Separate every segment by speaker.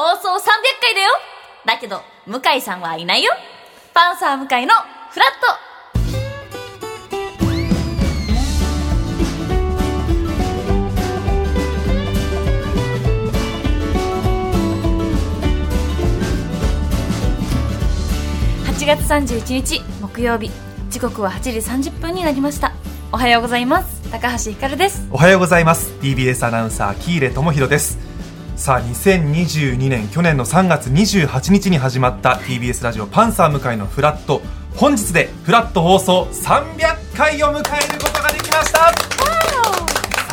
Speaker 1: 向井だよだけど、向井さんはいないよパンサー向井のフラット8月31日木曜日時刻は8時30分になりましたおはようございます高橋ひかるです
Speaker 2: おはようございます TBS アナウンサー喜入智弘ですさあ2022年去年の3月28日に始まった TBS ラジオパンサー向井のフラット本日でフラット放送300回を迎えることができました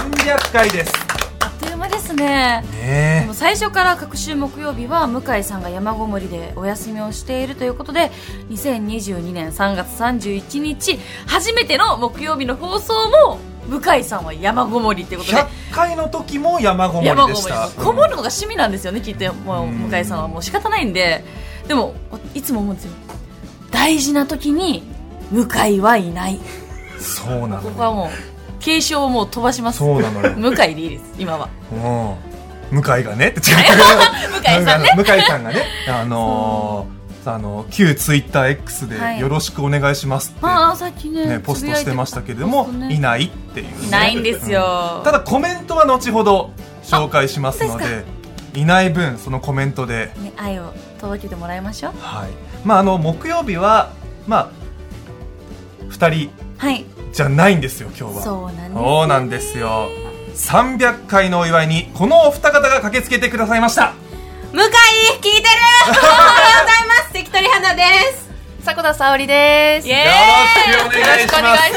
Speaker 2: 300回です
Speaker 1: あっという間ですねで
Speaker 2: ね
Speaker 1: も最初から各週木曜日は向井さんが山ごもりでお休みをしているということで2022年3月31日初めての木曜日の放送も向井さんは山ごもりって
Speaker 2: え
Speaker 1: ことで
Speaker 2: 100回の時も山ごも
Speaker 1: 山
Speaker 2: り
Speaker 1: ご
Speaker 2: で
Speaker 1: も
Speaker 2: し
Speaker 1: り
Speaker 2: た
Speaker 1: こもるのが趣味なんですよねきっともう
Speaker 2: うん
Speaker 1: 向井さんはもう仕方ないんででもいつも思うんですよ大事な時に向井はいない
Speaker 2: そうな
Speaker 1: ここ
Speaker 2: の
Speaker 1: はもう継承をもう飛ばします
Speaker 2: そうなのよ
Speaker 1: 向井でいいです今は
Speaker 2: うん向井がねって違ったけど
Speaker 1: 向井さんね
Speaker 2: 向井さん がね、あのーあの旧ツイッター X で
Speaker 1: はい
Speaker 2: よろしくお願いしますって、
Speaker 1: ああさっきね
Speaker 2: ね、ポストしてましたけれども、
Speaker 1: つぶやいてましたね
Speaker 2: いないっていうね、
Speaker 1: いないんですよ
Speaker 2: うんただコメントは後ほど紹介しますの
Speaker 1: あ
Speaker 2: で、いない分そのコメントで、
Speaker 1: ね、愛を届けてもらいましょう
Speaker 2: はい。まああの木曜日はまあ二人
Speaker 1: はい
Speaker 2: じゃないんですよ今日は。
Speaker 1: そうなんです
Speaker 2: そうなんですよ。300回のお祝いにこのお二方が駆けつけてくださいました。
Speaker 1: 向井聞いてるおはようございます関取花です
Speaker 3: 迫田沙織です。
Speaker 1: イエ
Speaker 2: よろしくお願いします。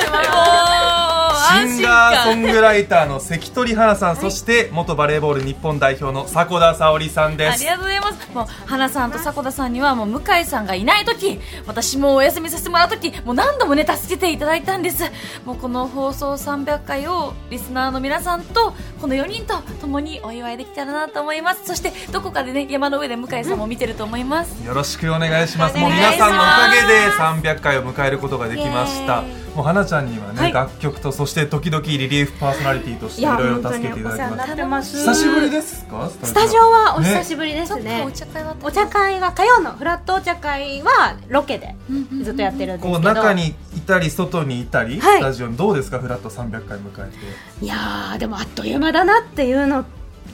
Speaker 2: シンガーソングライターの関取花さん、そして元バレーボール日本代表の迫田沙織さんで
Speaker 1: あ
Speaker 2: す
Speaker 1: り。がとうございますもう花さんと迫田さんにはもう向井さんがいない時私もお休みさせてもらう時もう何度もね助けていただいたんですもうこの放送300回をリスナーの皆さんとこの4人と共にお祝いできたらなと思いますそしてどこかでね山の上で向井さんも見てると思います、
Speaker 2: よろしくお願いします。も
Speaker 1: お
Speaker 2: う
Speaker 1: 願
Speaker 2: 皆
Speaker 1: いし
Speaker 2: さ
Speaker 1: ます
Speaker 2: んのおかげで300回を迎えることができました
Speaker 3: イエ。
Speaker 2: もう花ちゃんにはね、
Speaker 1: はい
Speaker 2: 楽曲とそして時々リリーフパーソナリティとしてい
Speaker 3: いや
Speaker 2: ろいろ
Speaker 3: 本当
Speaker 2: 助け
Speaker 3: に
Speaker 2: てい
Speaker 3: お
Speaker 2: た
Speaker 3: 世
Speaker 2: だきま
Speaker 3: 話にな
Speaker 2: し。
Speaker 3: ったてます。
Speaker 2: 久しぶりですか？
Speaker 3: スタジオはお久しぶりで
Speaker 1: ち
Speaker 3: す
Speaker 1: ょっ
Speaker 3: ね
Speaker 1: とお。茶会はあった
Speaker 3: お茶会は火曜のフラットお茶会はロケで
Speaker 1: うんうんうん
Speaker 3: ずっとやってるんです
Speaker 2: こう
Speaker 3: けど。
Speaker 2: 中にいたり外にいたり、
Speaker 3: は
Speaker 2: ス
Speaker 3: い
Speaker 2: タジオにどうですか？フラット300回迎えて。
Speaker 3: いやーでもあっという間だなっていうの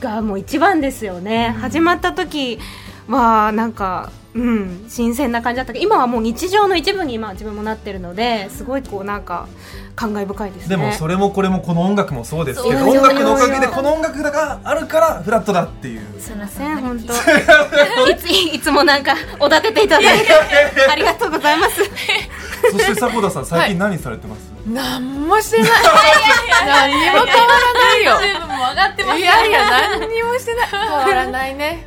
Speaker 3: がもう一番ですよね。始まった時はなんか。うん、新鮮な感じだったけど今はもう日常の一部に今自分もなってるのですごいこうなんか感慨深いです
Speaker 2: で
Speaker 3: ね
Speaker 2: もそれもこれもこの音楽もそうですけど
Speaker 1: そう
Speaker 2: 音
Speaker 1: ですよ
Speaker 2: 楽のおかげでこの音楽があるからフラットだっていう
Speaker 1: すいませ
Speaker 3: ね
Speaker 1: ん
Speaker 3: 本当いついつもなんかおだてていただい てありがとうございます
Speaker 2: そして迫田さん最近何されてます、
Speaker 4: 何もしてない何も変わらないよ
Speaker 1: YouTube も上がってます
Speaker 4: いやいや何にもしてない変わらないね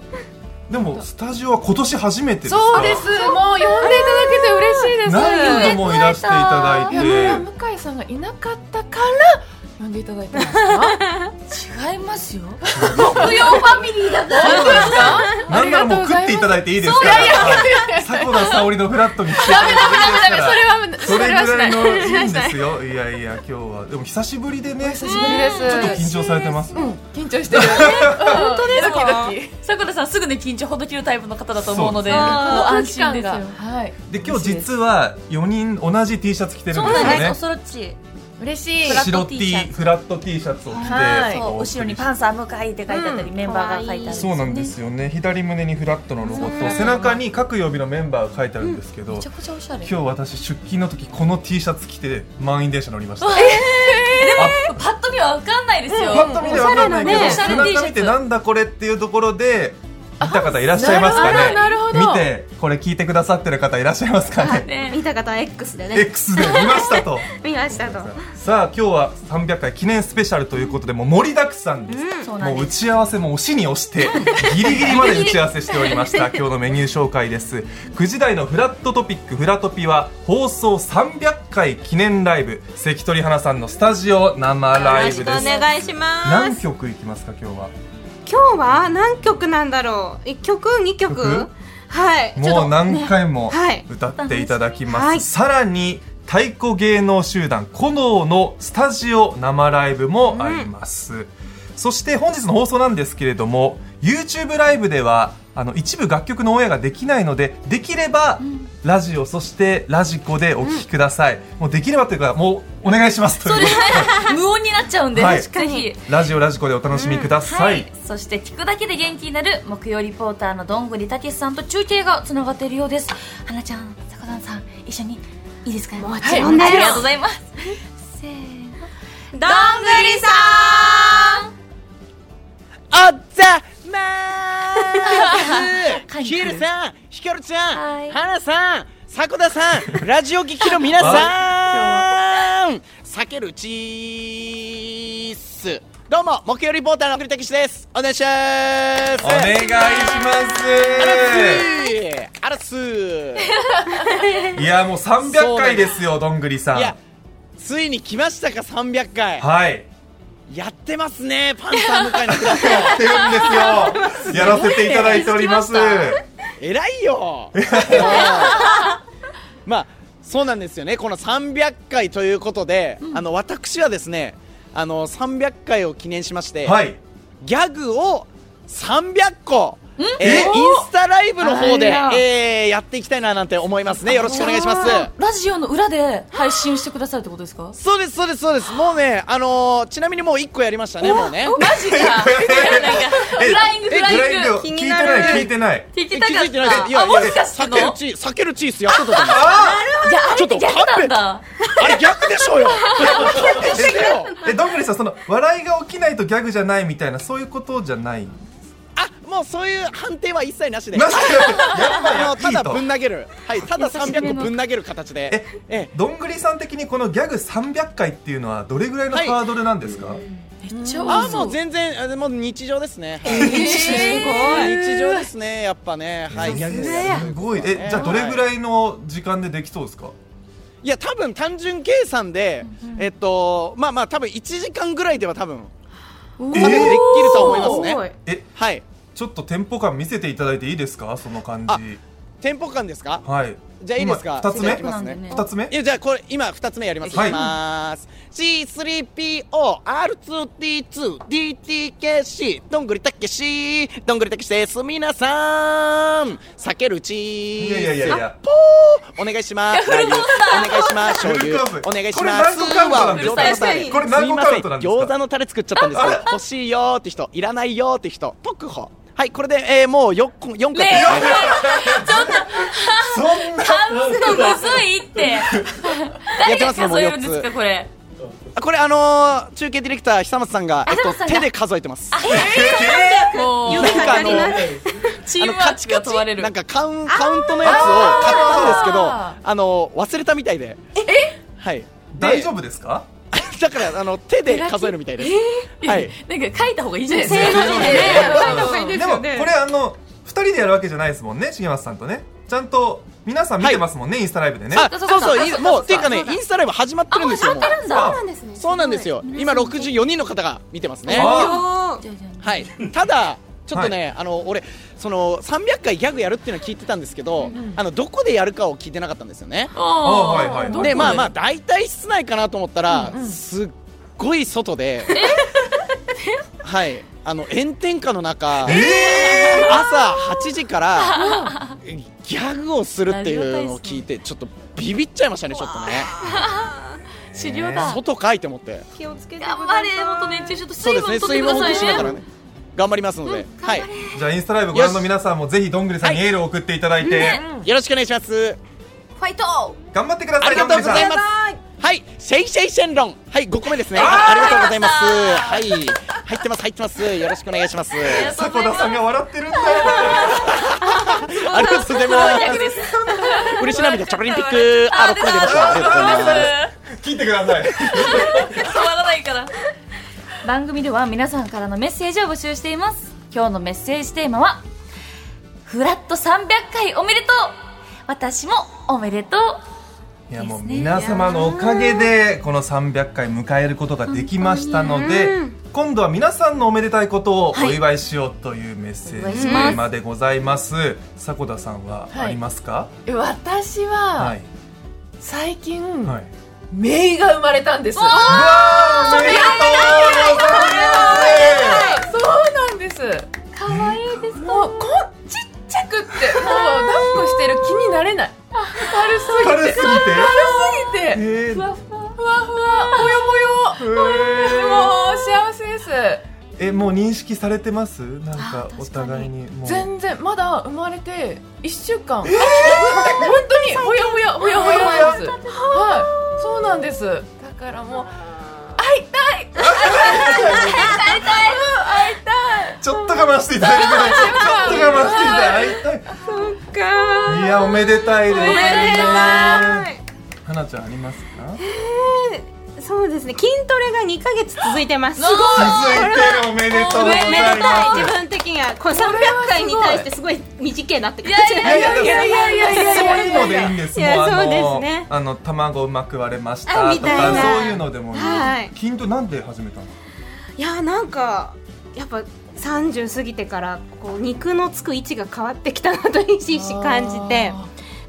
Speaker 2: でもスタジオは今年初めてですか
Speaker 4: そうですもう呼んでいただけて嬉しいです
Speaker 2: 何度もいらしていただ
Speaker 4: い
Speaker 2: い
Speaker 4: や
Speaker 2: て
Speaker 4: 村向井さんがいなかったから呼んでいただいたんですか
Speaker 1: 違いますよ木曜ファミリーだぞ
Speaker 4: そうですか
Speaker 2: なんならもう食っていただいていいですからはい迫田沙織のフラットにしてダメダメ
Speaker 4: ダメダメ
Speaker 2: そ
Speaker 4: そ
Speaker 2: れ
Speaker 4: れは
Speaker 2: ぐらいのいいん
Speaker 4: し
Speaker 2: で
Speaker 4: ない
Speaker 2: すよいやいや今日はでも久しぶりでね
Speaker 4: 久しぶりです
Speaker 2: ちょっと緊張されてます、
Speaker 4: 緊張してる 本当ですかドキドキ
Speaker 1: さくらさんすぐね緊張ほどきるタイプの方だと思うので
Speaker 2: そうですね
Speaker 1: もう安心です
Speaker 4: この空気感ですよはい
Speaker 2: で今日実は4人同じ T シャツ着てるん
Speaker 1: そ
Speaker 2: で
Speaker 1: う
Speaker 2: すよ
Speaker 1: なんです
Speaker 2: ね
Speaker 1: おそろっち
Speaker 4: 嬉しい
Speaker 1: フラッ
Speaker 2: 白
Speaker 1: ト
Speaker 2: T
Speaker 1: T シャツ
Speaker 2: フラット T シャツを着て、
Speaker 4: はい
Speaker 1: そう後ろにパンサー向かいって書いてあったり、
Speaker 3: うん
Speaker 1: メンバーが書いてあるんです
Speaker 2: そうなんですよね左胸にフラットのロゴと背中に各曜日のメンバーが書いてあるんですけど、
Speaker 1: めちゃくちゃおしゃれ
Speaker 2: 今日私出勤の時この T シャツ着て満員電車乗りました、
Speaker 1: パッと見は分かんないですよ、
Speaker 2: パッと見てわかんないけど
Speaker 3: お
Speaker 1: しゃれ
Speaker 2: 背
Speaker 1: なね
Speaker 2: 中見てなんだこれっていうところで見た方いらっしゃいますかね
Speaker 4: なるほどなるほど
Speaker 2: 見てこれ聞いてくださってる方いらっしゃいますかね
Speaker 1: ね
Speaker 3: 見た方は X でね
Speaker 2: X で見ましたと
Speaker 3: 見ましたと
Speaker 2: さあ今日は300回記念スペシャルということでもう盛りだくさんです、
Speaker 1: そうなん
Speaker 2: もう打
Speaker 1: です
Speaker 2: ち合わせも押しに押してギリギリまで打ち合わせしておりました 今日のメニュー紹介です9時台のフラットトピックフラトピは放送300回記念ライブ関取花さんのスタジオ生ライブです
Speaker 3: 願いしま
Speaker 2: 何曲いきますか今日は
Speaker 3: 今日は何曲なんだろう一曲二曲
Speaker 2: 曲
Speaker 3: はいちょっ
Speaker 2: もう
Speaker 3: と
Speaker 2: 何回も
Speaker 3: ねはい
Speaker 2: 歌っていただきます、
Speaker 3: はい
Speaker 2: さらに太鼓芸能集団鼓能のスタジオ生ライブもあります、そして本日の放送なんですけれども YouTube ライブではあの一部楽曲のオンエアができないのでできれば
Speaker 1: ん
Speaker 2: ラジオそしてラジコでお聞きください、もうできればというかもうお願いしますという
Speaker 1: そうですね 無音になっちゃうんで、
Speaker 2: はい
Speaker 1: ぜひ
Speaker 2: ラジオラジコでお楽しみください、
Speaker 1: はい、そして聞くだけで元気になる木曜リポーターのどんぐりたけしさんと中継がつながっているようです花ちゃん坂田さん一緒にいいですかも
Speaker 3: ちろんだよ
Speaker 1: ありがとうございますせーのどんぐりさん
Speaker 5: おっざま ーすキールさん、ヒカルち
Speaker 1: は
Speaker 5: ゃ
Speaker 1: い
Speaker 5: ん、ハナさん、迫田さん、ラジオ聴きの皆さん、避けるチーす。どうも、木曜リポーターの栗田しです。お願いします。
Speaker 2: お願いしま
Speaker 5: あらっすー。
Speaker 2: すいやもう300回ですよどんぐりさ
Speaker 5: いや
Speaker 2: ん、
Speaker 5: ついに来ましたか、300回。
Speaker 2: はい
Speaker 5: やってますね、パンサー向井のクラス。
Speaker 2: やってるんですよやらせていただいております
Speaker 1: やって
Speaker 5: 偉 いよまあそうなんですよねこの300回ということで、あの私はですねあの300回を記念しまして、
Speaker 2: はい
Speaker 5: ギャグを300個えー
Speaker 2: え
Speaker 5: インスタライブの方で、
Speaker 3: あら
Speaker 5: えーやっていきたいななんて思いますねよろしくお願いします
Speaker 1: ラジオの裏で配信してくださるってことですか
Speaker 5: そうですそうですそうですもうねあのーちなみにもう1個やりましたねもうね
Speaker 1: おマジかいやなんかフライングフ
Speaker 2: えフ
Speaker 1: ラ
Speaker 2: ラ
Speaker 1: イ
Speaker 2: イ
Speaker 1: ン
Speaker 2: ン
Speaker 1: グ
Speaker 2: グ聞いてない聞いてない
Speaker 1: 聞き
Speaker 5: え
Speaker 1: た
Speaker 5: 気
Speaker 1: か
Speaker 5: づ
Speaker 1: っ
Speaker 5: いてないですい
Speaker 1: たあもしかして
Speaker 5: 避
Speaker 1: の
Speaker 5: けるチーズ避けるチーズやってたと思います
Speaker 1: じゃああ
Speaker 5: ちょ
Speaker 1: れ
Speaker 5: っと
Speaker 1: 逆なんだ
Speaker 5: あれ逆で しょうよしてよ
Speaker 2: えどんぐりさんその笑いが起きないとギャグじゃないみたいなそういうことじゃない
Speaker 5: あもうそういう判定は一切なしで
Speaker 2: なしでやっぱ
Speaker 5: あ
Speaker 2: や
Speaker 5: の
Speaker 2: っぱ
Speaker 5: た
Speaker 2: いい
Speaker 5: だ
Speaker 2: と
Speaker 5: ぶん投げる、はい、ただ
Speaker 1: 久しぶり
Speaker 5: 300
Speaker 1: の
Speaker 5: 個ぶん投げる形で
Speaker 2: え
Speaker 5: え
Speaker 2: どんぐりさん的にこのギャグ300回っていうのはどれぐらいの
Speaker 5: はい
Speaker 2: ハードルなんですか、
Speaker 1: めっちゃ
Speaker 5: あ
Speaker 1: 多
Speaker 5: も
Speaker 1: そうう
Speaker 5: 全然あもう日常ですね、はい
Speaker 1: え
Speaker 5: 日常ですねやっぱねはいギャグやると
Speaker 2: す
Speaker 5: うこと
Speaker 2: ごい
Speaker 5: はね
Speaker 2: えじゃあどれぐ
Speaker 5: は
Speaker 2: らいの時間でできそうですか、
Speaker 5: いや多分単純計算で、えっとまあまあ多分1時間ぐらいでは多分
Speaker 1: ー
Speaker 5: 多分できると思います
Speaker 3: すごい
Speaker 5: ね
Speaker 2: え
Speaker 5: はい
Speaker 2: ちょっとテンポ感見せていただいていいですかその感
Speaker 5: あ
Speaker 2: じ
Speaker 5: テンポ感ですか
Speaker 2: はい
Speaker 5: じゃあいいですか
Speaker 2: 今二つ
Speaker 5: じゃ
Speaker 2: 目
Speaker 5: あいきま
Speaker 1: そうな
Speaker 5: すね
Speaker 1: んだよね
Speaker 2: 二つ目
Speaker 5: いやじゃあこれ今二つ目やります、
Speaker 2: はい
Speaker 5: いきまーす C3POR2D2DTKC どんぐりたけしどんぐりたけしです皆さん避けるチー
Speaker 2: い
Speaker 5: ズ
Speaker 2: やいやいやいや
Speaker 5: お願いしますラー油お願いします
Speaker 2: フ
Speaker 5: 醤
Speaker 2: ル
Speaker 5: 油
Speaker 2: カーブ
Speaker 5: お願いし
Speaker 2: これ
Speaker 5: ま
Speaker 2: 何
Speaker 5: す
Speaker 2: 個カウントなんですかこ
Speaker 5: うわ餃子のタレ
Speaker 2: れ何個カウントなんです
Speaker 5: すいません餃
Speaker 2: か
Speaker 5: 子のタレ作っちゃったんですけど欲しいよーって人いらないよーって人特保はいこれで、えー、もう4個四個やってますね
Speaker 2: そんな
Speaker 1: カウントむずいって誰が数えるんです
Speaker 5: やっ
Speaker 1: か
Speaker 5: てますねもう四つ
Speaker 1: これ
Speaker 5: あこれあのー、中継ディレクター久松さんが、えっ
Speaker 1: 久
Speaker 5: と
Speaker 1: 松さんが
Speaker 5: 手で数えてます。
Speaker 1: もう
Speaker 5: なんかあの
Speaker 1: チ
Speaker 5: あ
Speaker 1: ー
Speaker 5: の
Speaker 1: ムワー
Speaker 5: カチ
Speaker 1: クが
Speaker 5: カチ
Speaker 1: 問われる
Speaker 5: なんかカウンカウントのやつを買ったんですけど
Speaker 1: あ
Speaker 5: あの忘れたみたいでえはい で
Speaker 2: 大丈夫ですか
Speaker 5: だからあの手で数えるみたいです、はい
Speaker 1: なんか書いた方がいいじゃないですか
Speaker 2: でもこれあの二人でやるわけじゃないですもんね重松さんとねちゃんと皆さん見てますもんね、インスタライブでね
Speaker 5: あ
Speaker 1: そう
Speaker 5: そ
Speaker 1: そううそう
Speaker 5: そうい
Speaker 1: そうそう
Speaker 5: もう
Speaker 1: そう
Speaker 5: っていうかね
Speaker 1: そうだ
Speaker 5: インスタライブ始まってるんですよもう
Speaker 1: なんだ
Speaker 2: あ
Speaker 3: すね
Speaker 5: そうなんですよ今64人の方が見てますね
Speaker 2: あ
Speaker 3: おー
Speaker 1: じゃあじゃあ
Speaker 5: はい、ただ、ちょっとね、あの俺その、300回ギャグやるっていうのは聞いてたんですけど、あのどこでやるかを聞いてなかったんですよね。
Speaker 1: あ
Speaker 2: はいはいはいどこ
Speaker 5: で、まあまあ、大体室内かなと思ったら、すっごい外 で、はい、あの炎天下の中、朝8時からギャグをするっていうのを聞いて、ちょっとビビっちゃいましたね、ちょっとね、
Speaker 1: 資料だ
Speaker 5: 外かいと思って、
Speaker 3: 気をつけてくだ
Speaker 1: 頑
Speaker 3: さ
Speaker 1: 張
Speaker 3: い
Speaker 1: れ元熱中症と
Speaker 5: そう
Speaker 1: 水
Speaker 5: です
Speaker 1: 分取って
Speaker 5: ね、水
Speaker 1: く
Speaker 5: 分補
Speaker 1: だ
Speaker 5: 給しな
Speaker 1: さ
Speaker 5: が
Speaker 1: い
Speaker 5: ら
Speaker 1: ね
Speaker 5: ね、頑張りますので、はい、
Speaker 2: じゃあインスタライブご覧の皆さんもぜひどんぐりさんに
Speaker 5: よし
Speaker 2: エールを送っていただいて、
Speaker 5: よろしくお願いします。
Speaker 1: ファイト
Speaker 2: 頑張ってくださ
Speaker 5: あ
Speaker 2: い
Speaker 5: りがとうござい
Speaker 2: どんぐりさん
Speaker 5: ます。はい、シェイシェイシェンロン。はい、5個目ですね。ありがとうございます。はい、入ってます、入ってます。よろしくお願いします。あ
Speaker 2: 迫田さんが笑ってるんだよ
Speaker 5: りがとうございます。嬉し涙、チョコリンピック。あ、6個目出ました。ありがとう ございます。
Speaker 2: 聞いてください
Speaker 1: 止まらないから番組では皆さんからのメッセージを募集しています今日のメッセージテーマは「フラット300回おめでとう私もおめでとう」
Speaker 2: いやもう
Speaker 1: ですね
Speaker 2: 皆様のおかげでこの300回迎えることができましたので今度は皆さんのおめでたいことをお祝いしようというメッセージテーマでございます迫田さんはありますか
Speaker 4: え私
Speaker 2: は
Speaker 4: はい最近、
Speaker 2: はい
Speaker 4: メイが生まれたんです。
Speaker 2: うわーおめでとうございます
Speaker 4: そうなんです。
Speaker 1: かわいいです
Speaker 4: もうこんちっです
Speaker 2: えもう認識されてますなんか
Speaker 1: あ確
Speaker 2: お
Speaker 1: かに
Speaker 2: 互いにもう
Speaker 4: 全然まだ生まれて1週間、本当にほやほやほやほやなんですはいそうなんですだからもう会いたい会いたい
Speaker 2: ちょっと我慢していただいてくださいちょっと我慢していただいて会いたいいやおめでたいですね
Speaker 4: おめで
Speaker 2: はなちゃんありますか
Speaker 3: そうですね筋トレが2ヶ月続いてます
Speaker 4: すごい
Speaker 2: 続いておめでとうござ
Speaker 3: めめ
Speaker 2: い
Speaker 3: でたい
Speaker 2: ま
Speaker 3: 自
Speaker 2: す
Speaker 3: 分的にはこれ300回に対してすごい短いなって感じ
Speaker 1: いやい
Speaker 2: いやい
Speaker 4: やいやいやいやいや
Speaker 2: そういうのでいいんです
Speaker 3: い
Speaker 2: もう
Speaker 3: や
Speaker 2: あ
Speaker 3: そ
Speaker 2: の
Speaker 3: うですね
Speaker 2: あの卵うまく割れました
Speaker 3: あ
Speaker 2: と
Speaker 3: みたい
Speaker 2: か
Speaker 3: な
Speaker 2: そういうのでもいい
Speaker 3: はい
Speaker 2: 筋トレなんで始めたの
Speaker 3: いやなんかやっぱ30過ぎてからこう肉のつく位置が変わってきたなとひしひし感じて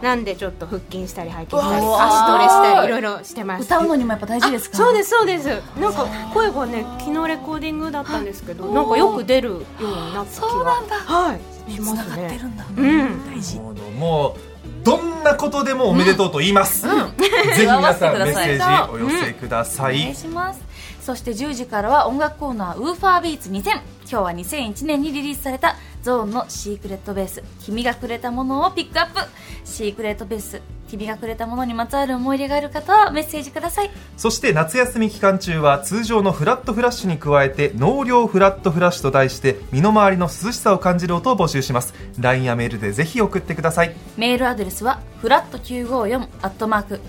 Speaker 3: なんでちょっと腹筋したり背筋したり
Speaker 4: うわ
Speaker 3: 足トレした
Speaker 4: すごい
Speaker 3: りいろいろしてます
Speaker 1: 歌うのにもやっぱ大事ですか
Speaker 3: そうですそうですなんか声がね昨日レコーディングだったんですけどなんかよく出るようになった気が
Speaker 1: そうなんだ
Speaker 3: はいし
Speaker 1: つ
Speaker 3: ま
Speaker 1: な
Speaker 3: す
Speaker 1: がって
Speaker 3: ね
Speaker 1: るんだ
Speaker 3: うん
Speaker 1: 大事
Speaker 2: もうもうどんなことでもおめでとうと言います、ぜひ皆さんメッセージお寄せくださ
Speaker 1: お
Speaker 2: い、
Speaker 1: 願いしますそして10時からは音楽コーナーウーファービーツ2000今日は2001年にリリースされたゾーンのシークレットベース君がくれたものをピックアップシークレットベース君がくれたものにまつわる思い出がある方はメッセージください
Speaker 2: そして夏休み期間中は通常のフラットフラッシュに加えて納涼フラットフラッシュと題して身の回りの涼しさを感じる音を募集します LINE やメールでぜひ送ってください
Speaker 1: メールアドレスはフラット954アットマーク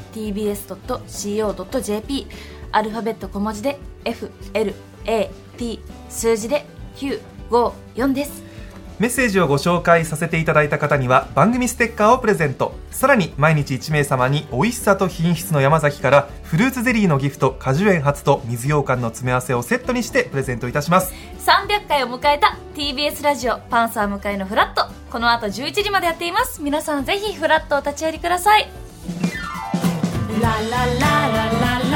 Speaker 1: tbs.co.jp アルファベット小文字で FLAT 数字で954です
Speaker 2: メッセージをご紹介させていただいた方には番組ステッカーをプレゼントさらに毎日1名様に美味しさと品質の山崎からフルーツゼリーのギフト果樹園初と水羊羹の詰め合わせをセットにしてプレゼントいたします
Speaker 1: 300回を迎えた TBS ラジオパンサー向かいのフラットこの後11時までやっています皆さんぜひフラットお立ち寄りください
Speaker 4: ララララララ